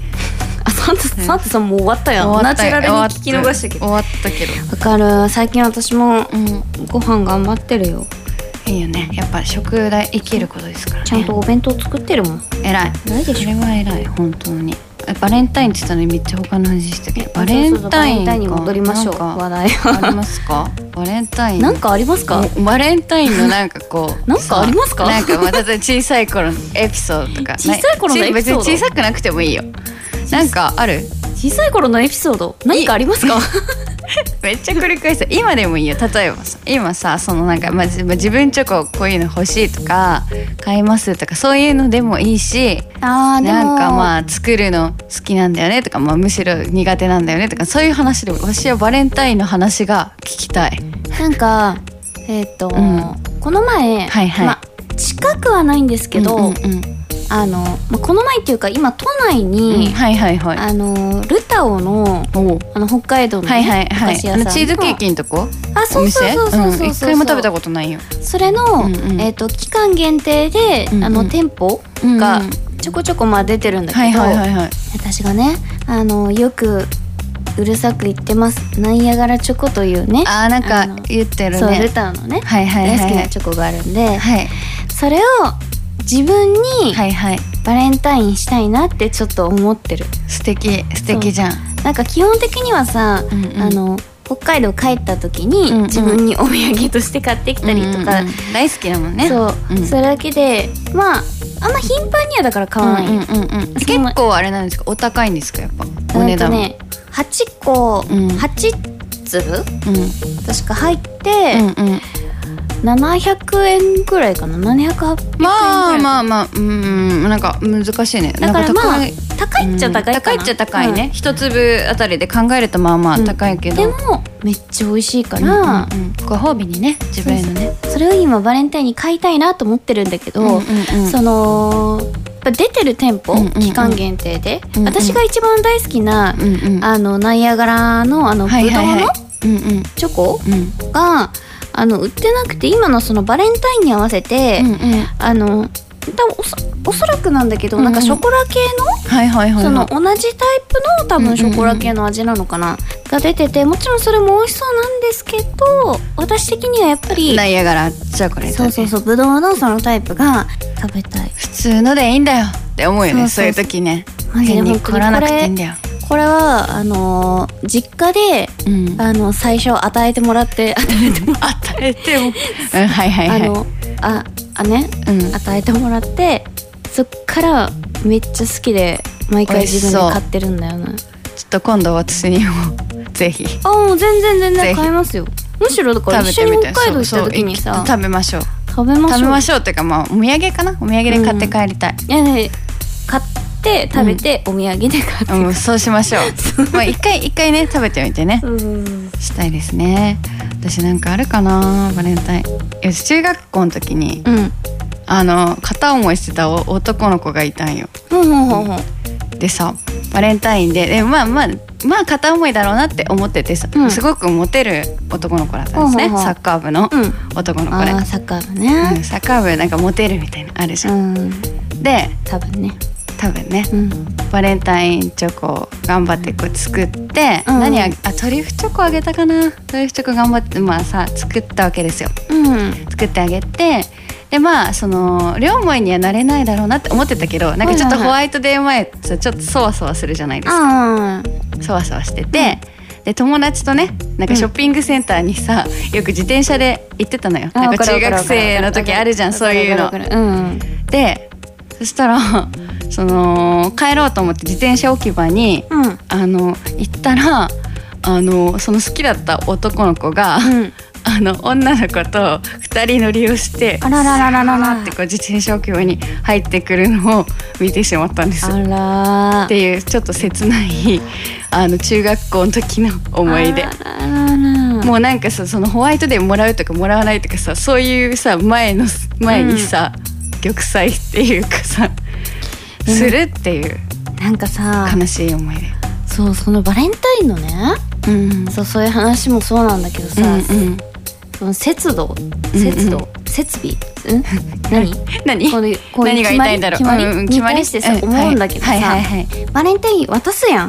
[SPEAKER 4] あサンタサンタさんもう終わったやんナチュラルに聞き逃したけど
[SPEAKER 3] 終わったけど
[SPEAKER 4] わかる最近私もご飯頑張ってるよ
[SPEAKER 3] いいよねやっぱ食代生きることですからね
[SPEAKER 4] ちゃんとお弁当作ってるもん
[SPEAKER 3] 偉い
[SPEAKER 4] ないでしょ
[SPEAKER 3] それは偉い本当にバレンタインって言ったのにめっちゃ他の話してたけどバレンタインか
[SPEAKER 4] そうそうそうバレンタインに戻りましょ
[SPEAKER 3] なん
[SPEAKER 4] う
[SPEAKER 3] か
[SPEAKER 4] 話 題
[SPEAKER 3] ありますかバレンタイン
[SPEAKER 4] なんかありますか
[SPEAKER 3] おバレンタインのなんかこう
[SPEAKER 4] なんかありますか
[SPEAKER 3] さなんかまた小さい頃のエピソードとか
[SPEAKER 4] 小さい頃のエピソード
[SPEAKER 3] 別に小さくなくてもいいよなんかある
[SPEAKER 4] 小さい頃のエピソード何かありますか
[SPEAKER 3] めっちゃ繰り返す今でもいいよ例えばさ今さそのなんか、まあ、自まあ自分チョコこういうの欲しいとか買いますとかそういうのでもいいし
[SPEAKER 4] あーでも
[SPEAKER 3] なんかまあ作るの好きなんだよねとか、まあ、むしろ苦手なんだよねとかそういう話でも私はバレンタインの話が聞きたい。
[SPEAKER 4] なんかえっ、と、この前、
[SPEAKER 3] はいはい
[SPEAKER 4] まあ近くはないんですけど、
[SPEAKER 3] うんうん
[SPEAKER 4] あの、まあ、この前っていうか今都内に、
[SPEAKER 3] うんはいはいはい
[SPEAKER 4] あのルタオのあの北海道のね、
[SPEAKER 3] はいはいはい
[SPEAKER 4] お菓子屋さん
[SPEAKER 3] あのチーズケーキのとこ
[SPEAKER 4] あそうそうそうそうそうそう
[SPEAKER 3] お店ん一回も食べたことないよ
[SPEAKER 4] それの、えっと期間限定で、あの店舗がちょこちょこまあ出てるんだけど、
[SPEAKER 3] はいはいはいはい
[SPEAKER 4] 私がねあのよくうるさく言ってますナイアガラチョコというね
[SPEAKER 3] あーなんか言ってるね
[SPEAKER 4] そうルタオのね、
[SPEAKER 3] はいはいはいはい
[SPEAKER 4] 大好きなチョコがあるんで、それを自分にバレンタインしたいなってちょっと思ってる
[SPEAKER 3] 素敵素敵じゃん
[SPEAKER 4] なんか基本的にはさ、あの北海道帰った時に
[SPEAKER 3] うんうん
[SPEAKER 4] 自分にお土産として買ってきたりとか、
[SPEAKER 3] うんうんうん大好きだもんね
[SPEAKER 4] そう、
[SPEAKER 3] うん
[SPEAKER 4] それだけでまああんま頻繁にはだから買わない、
[SPEAKER 3] うんうん結構あれなんですかお高いんですかやっぱお値段も
[SPEAKER 4] ね8個、八粒、確か入って、700円くらいかな700円
[SPEAKER 3] まあまあまあうんなんか難しいね
[SPEAKER 4] だからまあ
[SPEAKER 3] なん
[SPEAKER 4] 高いっちゃ高いかな、
[SPEAKER 3] 高いっちゃ高いね
[SPEAKER 4] うん
[SPEAKER 3] 一粒あたりで考えるとまあまあ高いけど
[SPEAKER 4] でもめっちゃ美味しいから、
[SPEAKER 3] うんうんうんご褒美にね自分へのね
[SPEAKER 4] そうそうそれを今バレンタインに買いたいなと思ってるんだけど、
[SPEAKER 3] うんうんうん
[SPEAKER 4] そのやっぱ出てる店舗、期間限定で、私が一番大好きな、あのナイアガラのあのブドウ
[SPEAKER 3] い
[SPEAKER 4] の
[SPEAKER 3] はいはい
[SPEAKER 4] チョコが、あの売ってなくて今のそのバレンタインに合わせて、あの多分おそおそらくなんだけど、
[SPEAKER 3] うんうん
[SPEAKER 4] なんかショコラ系の
[SPEAKER 3] はいはいはいはい
[SPEAKER 4] その同じタイプの多分ショコラ系の味なのかな、が出ててもちろんそれも美味しそうなんですけど私的にはやっぱり
[SPEAKER 3] ナイアガラじゃこれ
[SPEAKER 4] そうそうそうブドウのそのタイプが食べたい
[SPEAKER 3] 普通のでいいんだよって思うよねそういう時ね
[SPEAKER 4] マジで
[SPEAKER 3] 変に
[SPEAKER 4] 本当
[SPEAKER 3] 凝らなくていいんだよ
[SPEAKER 4] これはあのー実家で、あの最初与えてもらって 与えてもらって
[SPEAKER 3] 与えてもうんはいはいはい
[SPEAKER 4] あのああね、与えてもらってそっからめっちゃ好きで毎回自分で買ってるんだよな
[SPEAKER 3] ちょっと今度私にもぜひ
[SPEAKER 4] あもう全然全
[SPEAKER 3] ぜ
[SPEAKER 4] 然
[SPEAKER 3] ひ
[SPEAKER 4] 買えますよむしろだから一
[SPEAKER 3] 食
[SPEAKER 4] 緒
[SPEAKER 3] べてみ
[SPEAKER 4] に
[SPEAKER 3] た
[SPEAKER 4] 北
[SPEAKER 3] い
[SPEAKER 4] 海道行った時に
[SPEAKER 3] そ
[SPEAKER 4] さ
[SPEAKER 3] うそう食べましょう
[SPEAKER 4] 食べましょう
[SPEAKER 3] 食べましょうっていうかまあお土産かなお土産で買って帰りたい、
[SPEAKER 4] いやね買って食べて、お土産で買って
[SPEAKER 3] うん、そうしましょう。まあ一回一回ね食べてみてね。したいですね。私なんかあるかなバレンタイン。よし中学校の時に、あの片思いしてたお男の子がいたんよ。でさバレンタインででまあまあまあ片思いだろうなって思っててさ、
[SPEAKER 4] うん
[SPEAKER 3] すごくモテる男の子だったんですね、
[SPEAKER 4] ほうほうほう
[SPEAKER 3] サッカー部の男の子で、
[SPEAKER 4] あーサッカー部ね、
[SPEAKER 3] うんサッカー部なんかモテるみたいなのあるじゃん、で
[SPEAKER 4] 多分ね
[SPEAKER 3] 多分ね、バレンタインチョコを頑張ってこう作って、
[SPEAKER 4] うん
[SPEAKER 3] 何ああトリュフチョコあげたかなトリュフチョコ頑張ってまあさ作ったわけですよ、作ってあげてでまあその両思いにはなれないだろうなって思ってたけどなんかちょっと
[SPEAKER 4] はいはいはい
[SPEAKER 3] ホワイトデー前さちょっとそわそわするじゃないですか、
[SPEAKER 4] あ
[SPEAKER 3] そわそわしてて、で友達とねなんかショッピングセンターにさ、よく自転車で行ってたのよ
[SPEAKER 4] あー
[SPEAKER 3] なんか中
[SPEAKER 4] わかる
[SPEAKER 3] 学
[SPEAKER 4] わかる
[SPEAKER 3] 生の時あるじゃんそういうの
[SPEAKER 4] わかるわかるわかるうん
[SPEAKER 3] でそしたらその帰ろうと思って自転車置き場に、あの行ったらあのその好きだった男の子が、 あの女の子と二人乗りをしてあららららららってこう自転車置き場に入ってくるのを見てしまったんです
[SPEAKER 4] あら
[SPEAKER 3] っていうちょっと切ないあの中学校の時の思い出。もうなんかさそのホワイトデーもらうとかもらわないとかさそういうさ前の前にさ、玉砕っていうかさ
[SPEAKER 4] うん
[SPEAKER 3] するっていう
[SPEAKER 4] なんかさ
[SPEAKER 3] 悲しい思い出
[SPEAKER 4] そうそのバレンタインのね、そうそういう話もそうなんだけどさ、その節度節度、設備うん
[SPEAKER 3] 何
[SPEAKER 4] 何こういうこうい
[SPEAKER 3] 何
[SPEAKER 4] う
[SPEAKER 3] が
[SPEAKER 4] 決ま
[SPEAKER 3] 言いたいんだ
[SPEAKER 4] り
[SPEAKER 3] ろう
[SPEAKER 4] 決まり,、
[SPEAKER 3] うんうん
[SPEAKER 4] に対してさ
[SPEAKER 3] 決まり
[SPEAKER 4] 思うんだけどさ、
[SPEAKER 3] はいはいはい
[SPEAKER 4] バレンタイン渡すやん、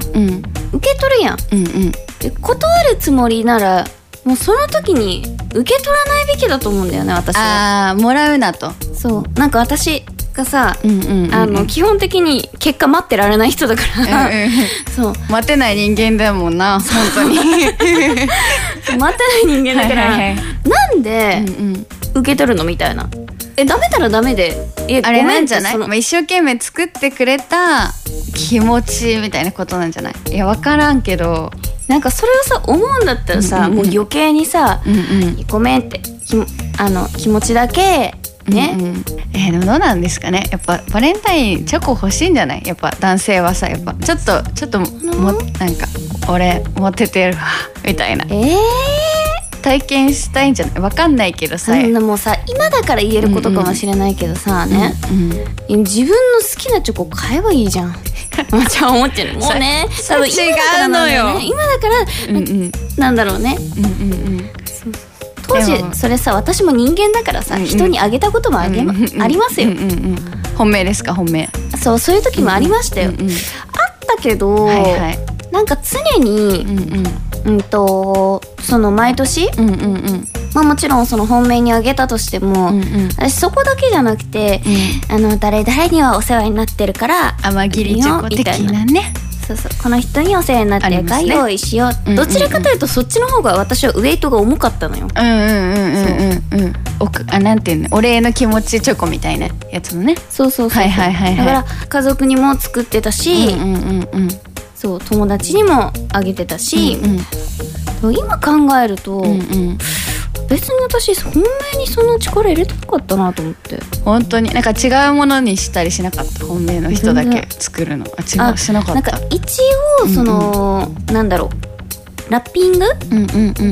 [SPEAKER 4] 受け取るやん,、で断るつもりならもうその時に受け取らないべきだと思うんだよね私は
[SPEAKER 3] あーもらうなと
[SPEAKER 4] そうなんか私がさ、あ の基本的に結果待ってられない人だから、 そう
[SPEAKER 3] 待てない人間だもんな本当に待て
[SPEAKER 4] ない人間だからなんで受け取るのみたいなえダメならダメでえ
[SPEAKER 3] あれなんじゃ
[SPEAKER 4] ご
[SPEAKER 3] な
[SPEAKER 4] めんって
[SPEAKER 3] い、
[SPEAKER 4] その
[SPEAKER 3] まあ、一生懸命作ってくれた気持ちみたいなことなんじゃないいや分からんけど
[SPEAKER 4] なんかそれをさ思うんだったらさ、もう余計にさ、ごめんってきもあの気持ちだけね、
[SPEAKER 3] えーでもどうなんですかねやっぱバレンタインチョコ欲しいんじゃないやっぱ男性はさやっぱちょっとちょっともなんか俺モテてるわみたいな
[SPEAKER 4] え
[SPEAKER 3] 体験したいんじゃないわかんないけどさ
[SPEAKER 4] そんなもうさ今だから言えることかもしれないけどさ、ね、自分の好きなチョコ買えばいいじ ゃんじゃあ思ってるもうね
[SPEAKER 3] そ
[SPEAKER 4] 多分
[SPEAKER 3] それ
[SPEAKER 4] 今だからなんだよね
[SPEAKER 3] 違うのよ
[SPEAKER 4] 今だから、なんだろうね、そう当
[SPEAKER 3] でも
[SPEAKER 4] 時それさ私も人間だからさ、人にあげたこともあげ、まありますよ、
[SPEAKER 3] 本命ですか本命
[SPEAKER 4] そうそういう時もありましたよ、あったけど、なんか常にうん、とその毎年、まあ、もちろんその本命にあげたとしても、私そこだけじゃなくて、あの誰々にはお世話になってるから甘
[SPEAKER 3] ギリチョコ的なね
[SPEAKER 4] そうそうこの人にお世話になってる
[SPEAKER 3] あ
[SPEAKER 4] か
[SPEAKER 3] りま
[SPEAKER 4] ら
[SPEAKER 3] すね
[SPEAKER 4] 用意しよう、
[SPEAKER 3] うんうんうん
[SPEAKER 4] どちらかというとそっちの方が私はウエイトが重かったのよ、
[SPEAKER 3] うんうんうんうんうんうんおくあなんていうのお礼の気持ちチョコみたいなやつのね
[SPEAKER 4] そうそう
[SPEAKER 3] はいはいはいはい
[SPEAKER 4] だから家族にも作ってたし、そう友達にもあげてたし、今考えると、別に私本命にそんな力入れてなかったなと思って
[SPEAKER 3] 本当になんか違うものにしたりしなかった本命の人だ
[SPEAKER 4] 全
[SPEAKER 3] け
[SPEAKER 4] 然
[SPEAKER 3] 作るのあ違うしなかった
[SPEAKER 4] んか一応その、なんだろうラッピング、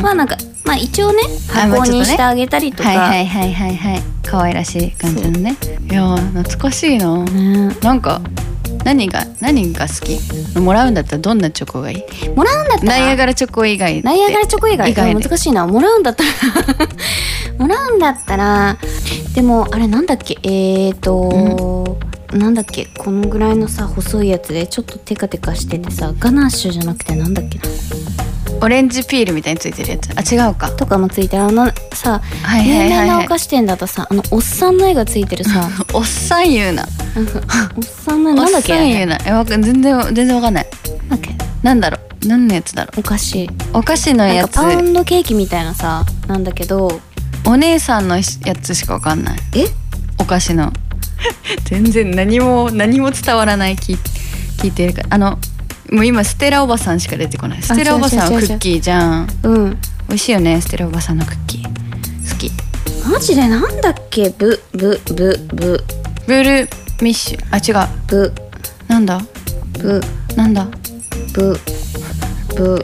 [SPEAKER 4] はなんかまあ一応ね
[SPEAKER 3] あまあ
[SPEAKER 4] 箱
[SPEAKER 3] ちょっとね
[SPEAKER 4] にしてあげたりとか、
[SPEAKER 3] はいはいはいはいはい可愛らしい感じのねいやー懐かしいな、なんか何が何が好きもらうんだったらどんなチョコがいい
[SPEAKER 4] もらうんだったら
[SPEAKER 3] ナイアガラチョコ以外
[SPEAKER 4] ナイアガラチョコ以外
[SPEAKER 3] 以外で
[SPEAKER 4] 難しいなもらうんだったら もらうんだったらでもあれなんだっけえーと、なんだっけこのぐらいのさ細いやつでちょっとテカテカしててさガナッシュじゃなくてなんだっけな
[SPEAKER 3] オレンジピールみたいについてるやつあ違うか
[SPEAKER 4] とかもついてるあのさ
[SPEAKER 3] はいはいはいはい
[SPEAKER 4] 有名なお菓子店だとさあのおっさんの絵がついて るさ
[SPEAKER 3] おっさん言うな
[SPEAKER 4] おっさんの絵
[SPEAKER 3] お
[SPEAKER 4] な
[SPEAKER 3] っ
[SPEAKER 4] んだっけ
[SPEAKER 3] さん言うなえわか全然全然わかんない
[SPEAKER 4] なんだっけ
[SPEAKER 3] なんだろう何のやつだろ
[SPEAKER 4] うお菓子
[SPEAKER 3] お菓子のやつ
[SPEAKER 4] なんかパウンドケーキみたいなさなんだけど
[SPEAKER 3] お姉さんのやつしかわかんない
[SPEAKER 4] え
[SPEAKER 3] お菓子の 全然何も何も伝わらない聞い聞いてるからあのもう今ステラおばさんしか出てこないステラおばさんはクッキーじゃん
[SPEAKER 4] うん
[SPEAKER 3] 美味しいよねステラおばさんのクッキー好き
[SPEAKER 4] マジでなんだっけブブブブ
[SPEAKER 3] ブルーミッシュあ違う
[SPEAKER 4] ブ
[SPEAKER 3] なんだ
[SPEAKER 4] ブ
[SPEAKER 3] なんだ
[SPEAKER 4] ブブ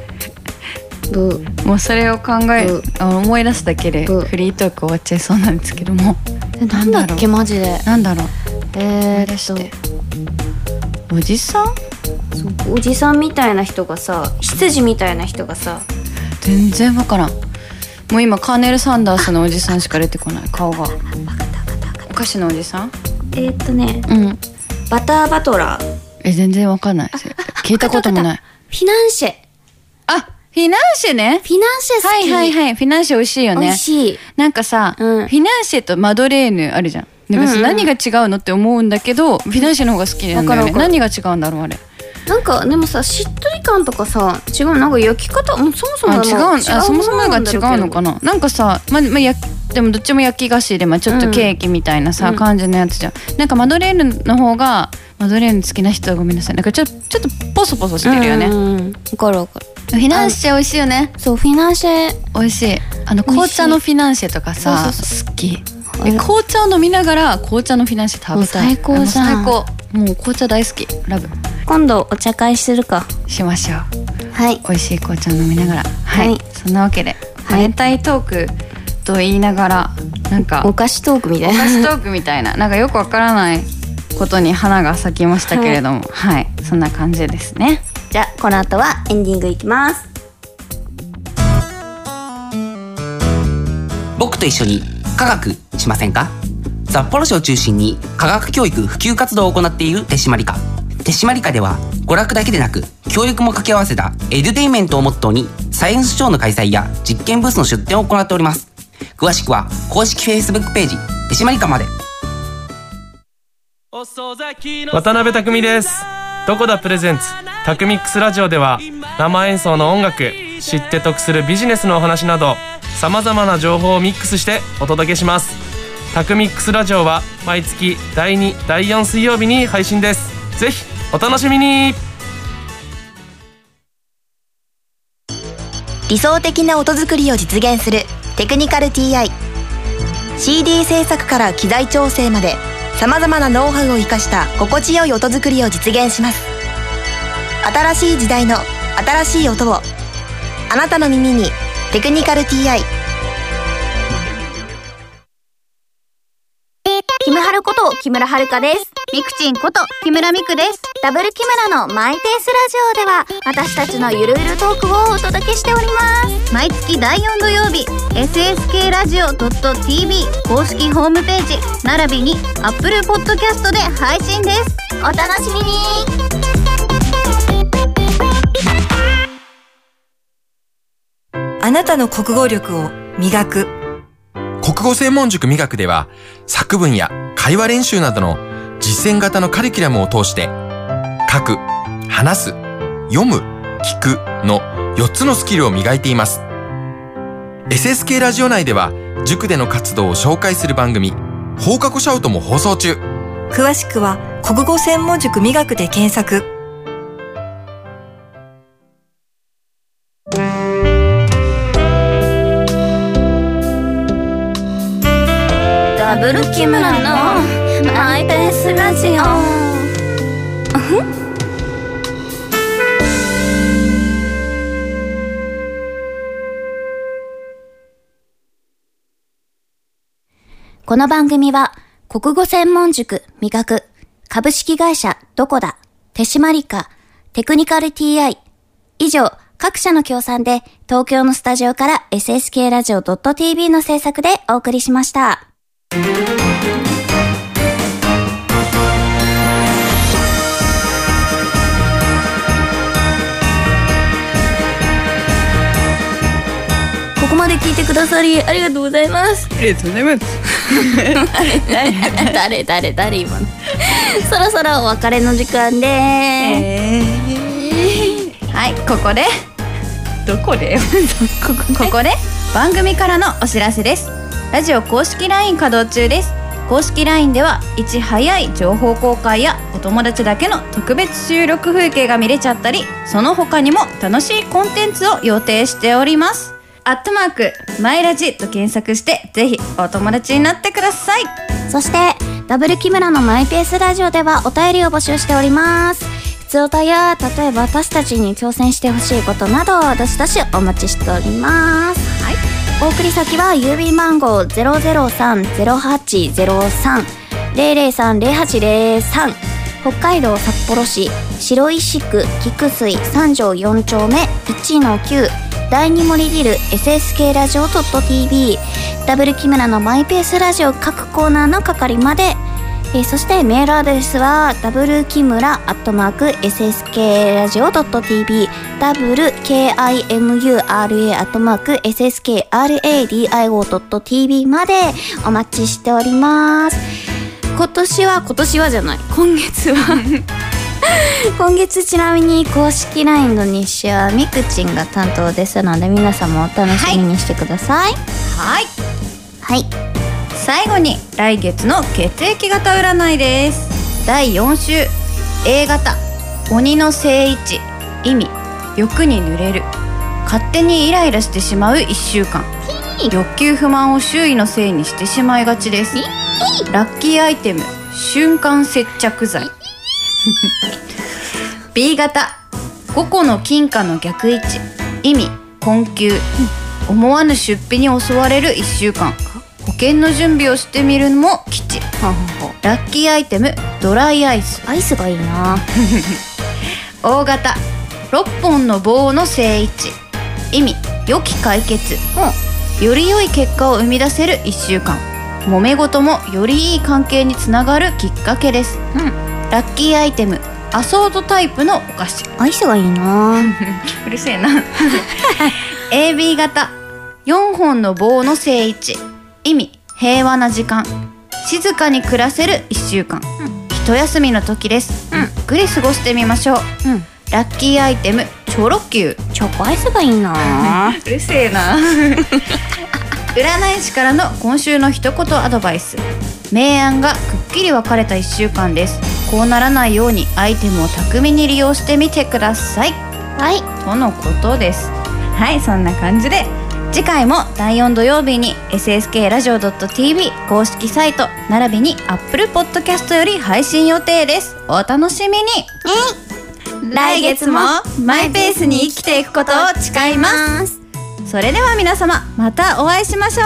[SPEAKER 4] ブ
[SPEAKER 3] もうそれを考えあ思い出すだけでフリートーク終わっちゃいそうなんですけども
[SPEAKER 4] なんだっけマジで
[SPEAKER 3] なんだろうー、
[SPEAKER 4] え
[SPEAKER 3] っとおじさん
[SPEAKER 4] おじさんみたいな人がさ執事みたいな人がさ
[SPEAKER 3] 全然わからんもう今カーネル・サンダースのおじさんしか出てこない顔がお菓子のおじさん
[SPEAKER 4] えー、っとね
[SPEAKER 3] うん
[SPEAKER 4] バターバトラー
[SPEAKER 3] え全然わかんない聞いたこともない
[SPEAKER 4] フィナンシェ
[SPEAKER 3] あフィナンシェね
[SPEAKER 4] フィナンシェ好き
[SPEAKER 3] はいはいはいフィナンシェ美味しいよね
[SPEAKER 4] 美味しい
[SPEAKER 3] なんかさ、フィナンシェとマドレーヌあるじゃんで別に
[SPEAKER 4] うんうん
[SPEAKER 3] 何が違うのって思うんだけど、フィナンシェの方が好きなんだよね
[SPEAKER 4] わかるわ
[SPEAKER 3] 何が違うんだろうあれ
[SPEAKER 4] なんかでもさしっとり感とかさ違うなんか焼き方もうそもそも
[SPEAKER 3] あ違う
[SPEAKER 4] も
[SPEAKER 3] あそもそもが違うのかななんかさ、ままやでもどっちも焼き菓子で、まあ、ちょっとケーキみたいなさ、
[SPEAKER 4] うん
[SPEAKER 3] 感じのやつじゃんなんかマドレーヌの方がマドレーヌ好きな人はごめんなさいなんかちょちょっとポソポソしてるよね、
[SPEAKER 4] うんうんうんわかるわかる
[SPEAKER 3] フィナンシェ美味しいよね
[SPEAKER 4] そうフィナンシェ
[SPEAKER 3] 美味しいあの
[SPEAKER 4] 美味しい
[SPEAKER 3] 紅茶のフィナンシェとかさ
[SPEAKER 4] そう
[SPEAKER 3] 好きえ紅茶を飲みながら紅茶のフィナンシェ食べたい
[SPEAKER 4] もう最高じゃん
[SPEAKER 3] あもう最高もう紅茶大好きラブ
[SPEAKER 4] 今度お茶会するか
[SPEAKER 3] しましょ
[SPEAKER 4] うはい
[SPEAKER 3] 美味しい紅茶を飲みながらはい、そんなわけでバレンタイントークと言いながらなんか
[SPEAKER 4] お菓子トークみたいな
[SPEAKER 3] お菓子トークみたいななんかよくわからないことに花が咲きましたけれどもはい、そんな感じですね
[SPEAKER 4] じゃあこの後はエンディングいきます
[SPEAKER 6] 僕と一緒に科学しませんか札幌市を中心に科学教育普及活動を行っている手締まり課手締まり課では娯楽だけでなく教育も掛け合わせたエデュテインメントをモットーにサイエンスショーの開催や実験ブースの出展を行っております詳しくは公式 Facebook ページ手締まり課まで
[SPEAKER 11] 渡辺匠ですどこだプレゼンツタクミックスラジオでは生演奏の音楽知って得するビジネスのお話などさまざまな情報をミックスしてお届けしますタクミックスラジオは毎月第2第4水曜日に配信ですぜひお楽しみに
[SPEAKER 5] 理想的な音作りを実現するテクニカル TI CD 制作から機材調整までさまざまなノウハウを生かした心地よい音作りを実現します新しい時代の新しい音をあなたの耳に「テクニカル TI
[SPEAKER 7] キムハルこと木村遥です。ミクチンこと木村ミクです。ダブル木村のマイペースラジオでは私たちのゆるゆるトークをお届けしております。毎月第4土曜日、SSK ラジオ .tv 公式ホームページ、並びに Apple Podcast で配信です。お楽しみに
[SPEAKER 12] あなたの国語力を磨く
[SPEAKER 9] 国語専門塾美学では作文や会話練習などの実践型のカリキュラムを通して書く、話す、読む、聞くの4つのスキルを磨いています。SSK ラジオ内では塾での活動を紹介する番組放課後シャウトも放送中。
[SPEAKER 12] 詳しくは国語専門塾美学で検索
[SPEAKER 13] ダブル木村のマイペースラジオ
[SPEAKER 4] この番組は、国語専門塾、味覚、株式会社、どこだ、手締まりか、テクニカル TI、以上、各社の協賛で、東京のスタジオから SSK ラジオ .tv の制作でお送りしました。ここまで聞いてくださり、ありがとうございます。
[SPEAKER 14] ありがとうございます。
[SPEAKER 4] 誰 誰誰誰今の そろそろお別れの時間で
[SPEAKER 3] はいここでどこでここここで番組からのお知らせですラジオ公式 LINE 稼働中です公式 LINE ではいち早い情報公開やお友達だけの特別収録風景が見れちゃったりその他にも楽しいコンテンツを予定しておりますアットマークマイラジと検索してぜひお友達になってください
[SPEAKER 4] そしてダブル木村のマイペースラジオではお便りを募集しております普通歌や例えば私たちに挑戦してほしいことなどどしどしお待ちしておりますはいお送り先は郵便番号003-0803 003-0803北海道札幌市白石区菊水三条4丁目1の9第2森ビル SSK ラジオ .tv ダブル木村のマイペースラジオ各コーナーの係まで、えーそしてメールアドレスはダブル木村アットマーク SSK ラジオ .tv ダブル KIMURA アットマーク SSKRADIO.tv までお待ちしております今年は今年はじゃない今月は 今月ちなみに公式 LINE の日誌はみくちんが担当ですので皆さんもお楽しみにしてください
[SPEAKER 3] はい
[SPEAKER 4] はい
[SPEAKER 3] 最後に来月の血液型占いです第4週 A 型鬼の聖一意味欲に濡れる勝手にイライラしてしまう1週間欲求不満を周囲のせいにしてしまいがちですラッキーアイテム瞬間接着剤 B 型5個の金貨の逆位置意味困窮思わぬ出費に襲われる1週間保険の準備をしてみるのも吉ラッキーアイテムドライアイス
[SPEAKER 4] アイスがいいな
[SPEAKER 3] 大型6本の棒の正位置意味良き解決、より良い結果を生み出せる1週間揉め事もよりいい関係につながるきっかけです、ラッキーアイテムアソートタイプのお菓子
[SPEAKER 4] アイスがいいな
[SPEAKER 3] うるせえな AB 型4本の棒の正位置意味平和な時間静かに暮らせる1週間、一一休みの時ですゆっくり過ごしてみましょう、ラッキーアイテムチョロ Q チョコアイスがいいなうるせえな 占い師からの今週の一言アドバイス明暗がくっきり分かれた1週間ですこうならないようにアイテムを巧みに利用してみてくださいはいとのことですはいそんな感じで次回も第4土曜日に SSK ラジオ .tv 公式サイト並びに Apple Podcast より配信予定ですお楽しみに来月もマイペースに生きていくことを誓いますそれでは皆様またお会いしましょう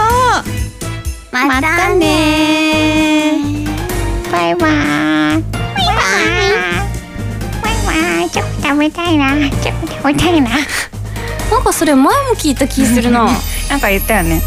[SPEAKER 3] またねバイバイ
[SPEAKER 15] わーちょっと食べたいなちょっと食べたいな
[SPEAKER 4] なんかそれ前も聞いた気するな
[SPEAKER 3] なんか言ったよね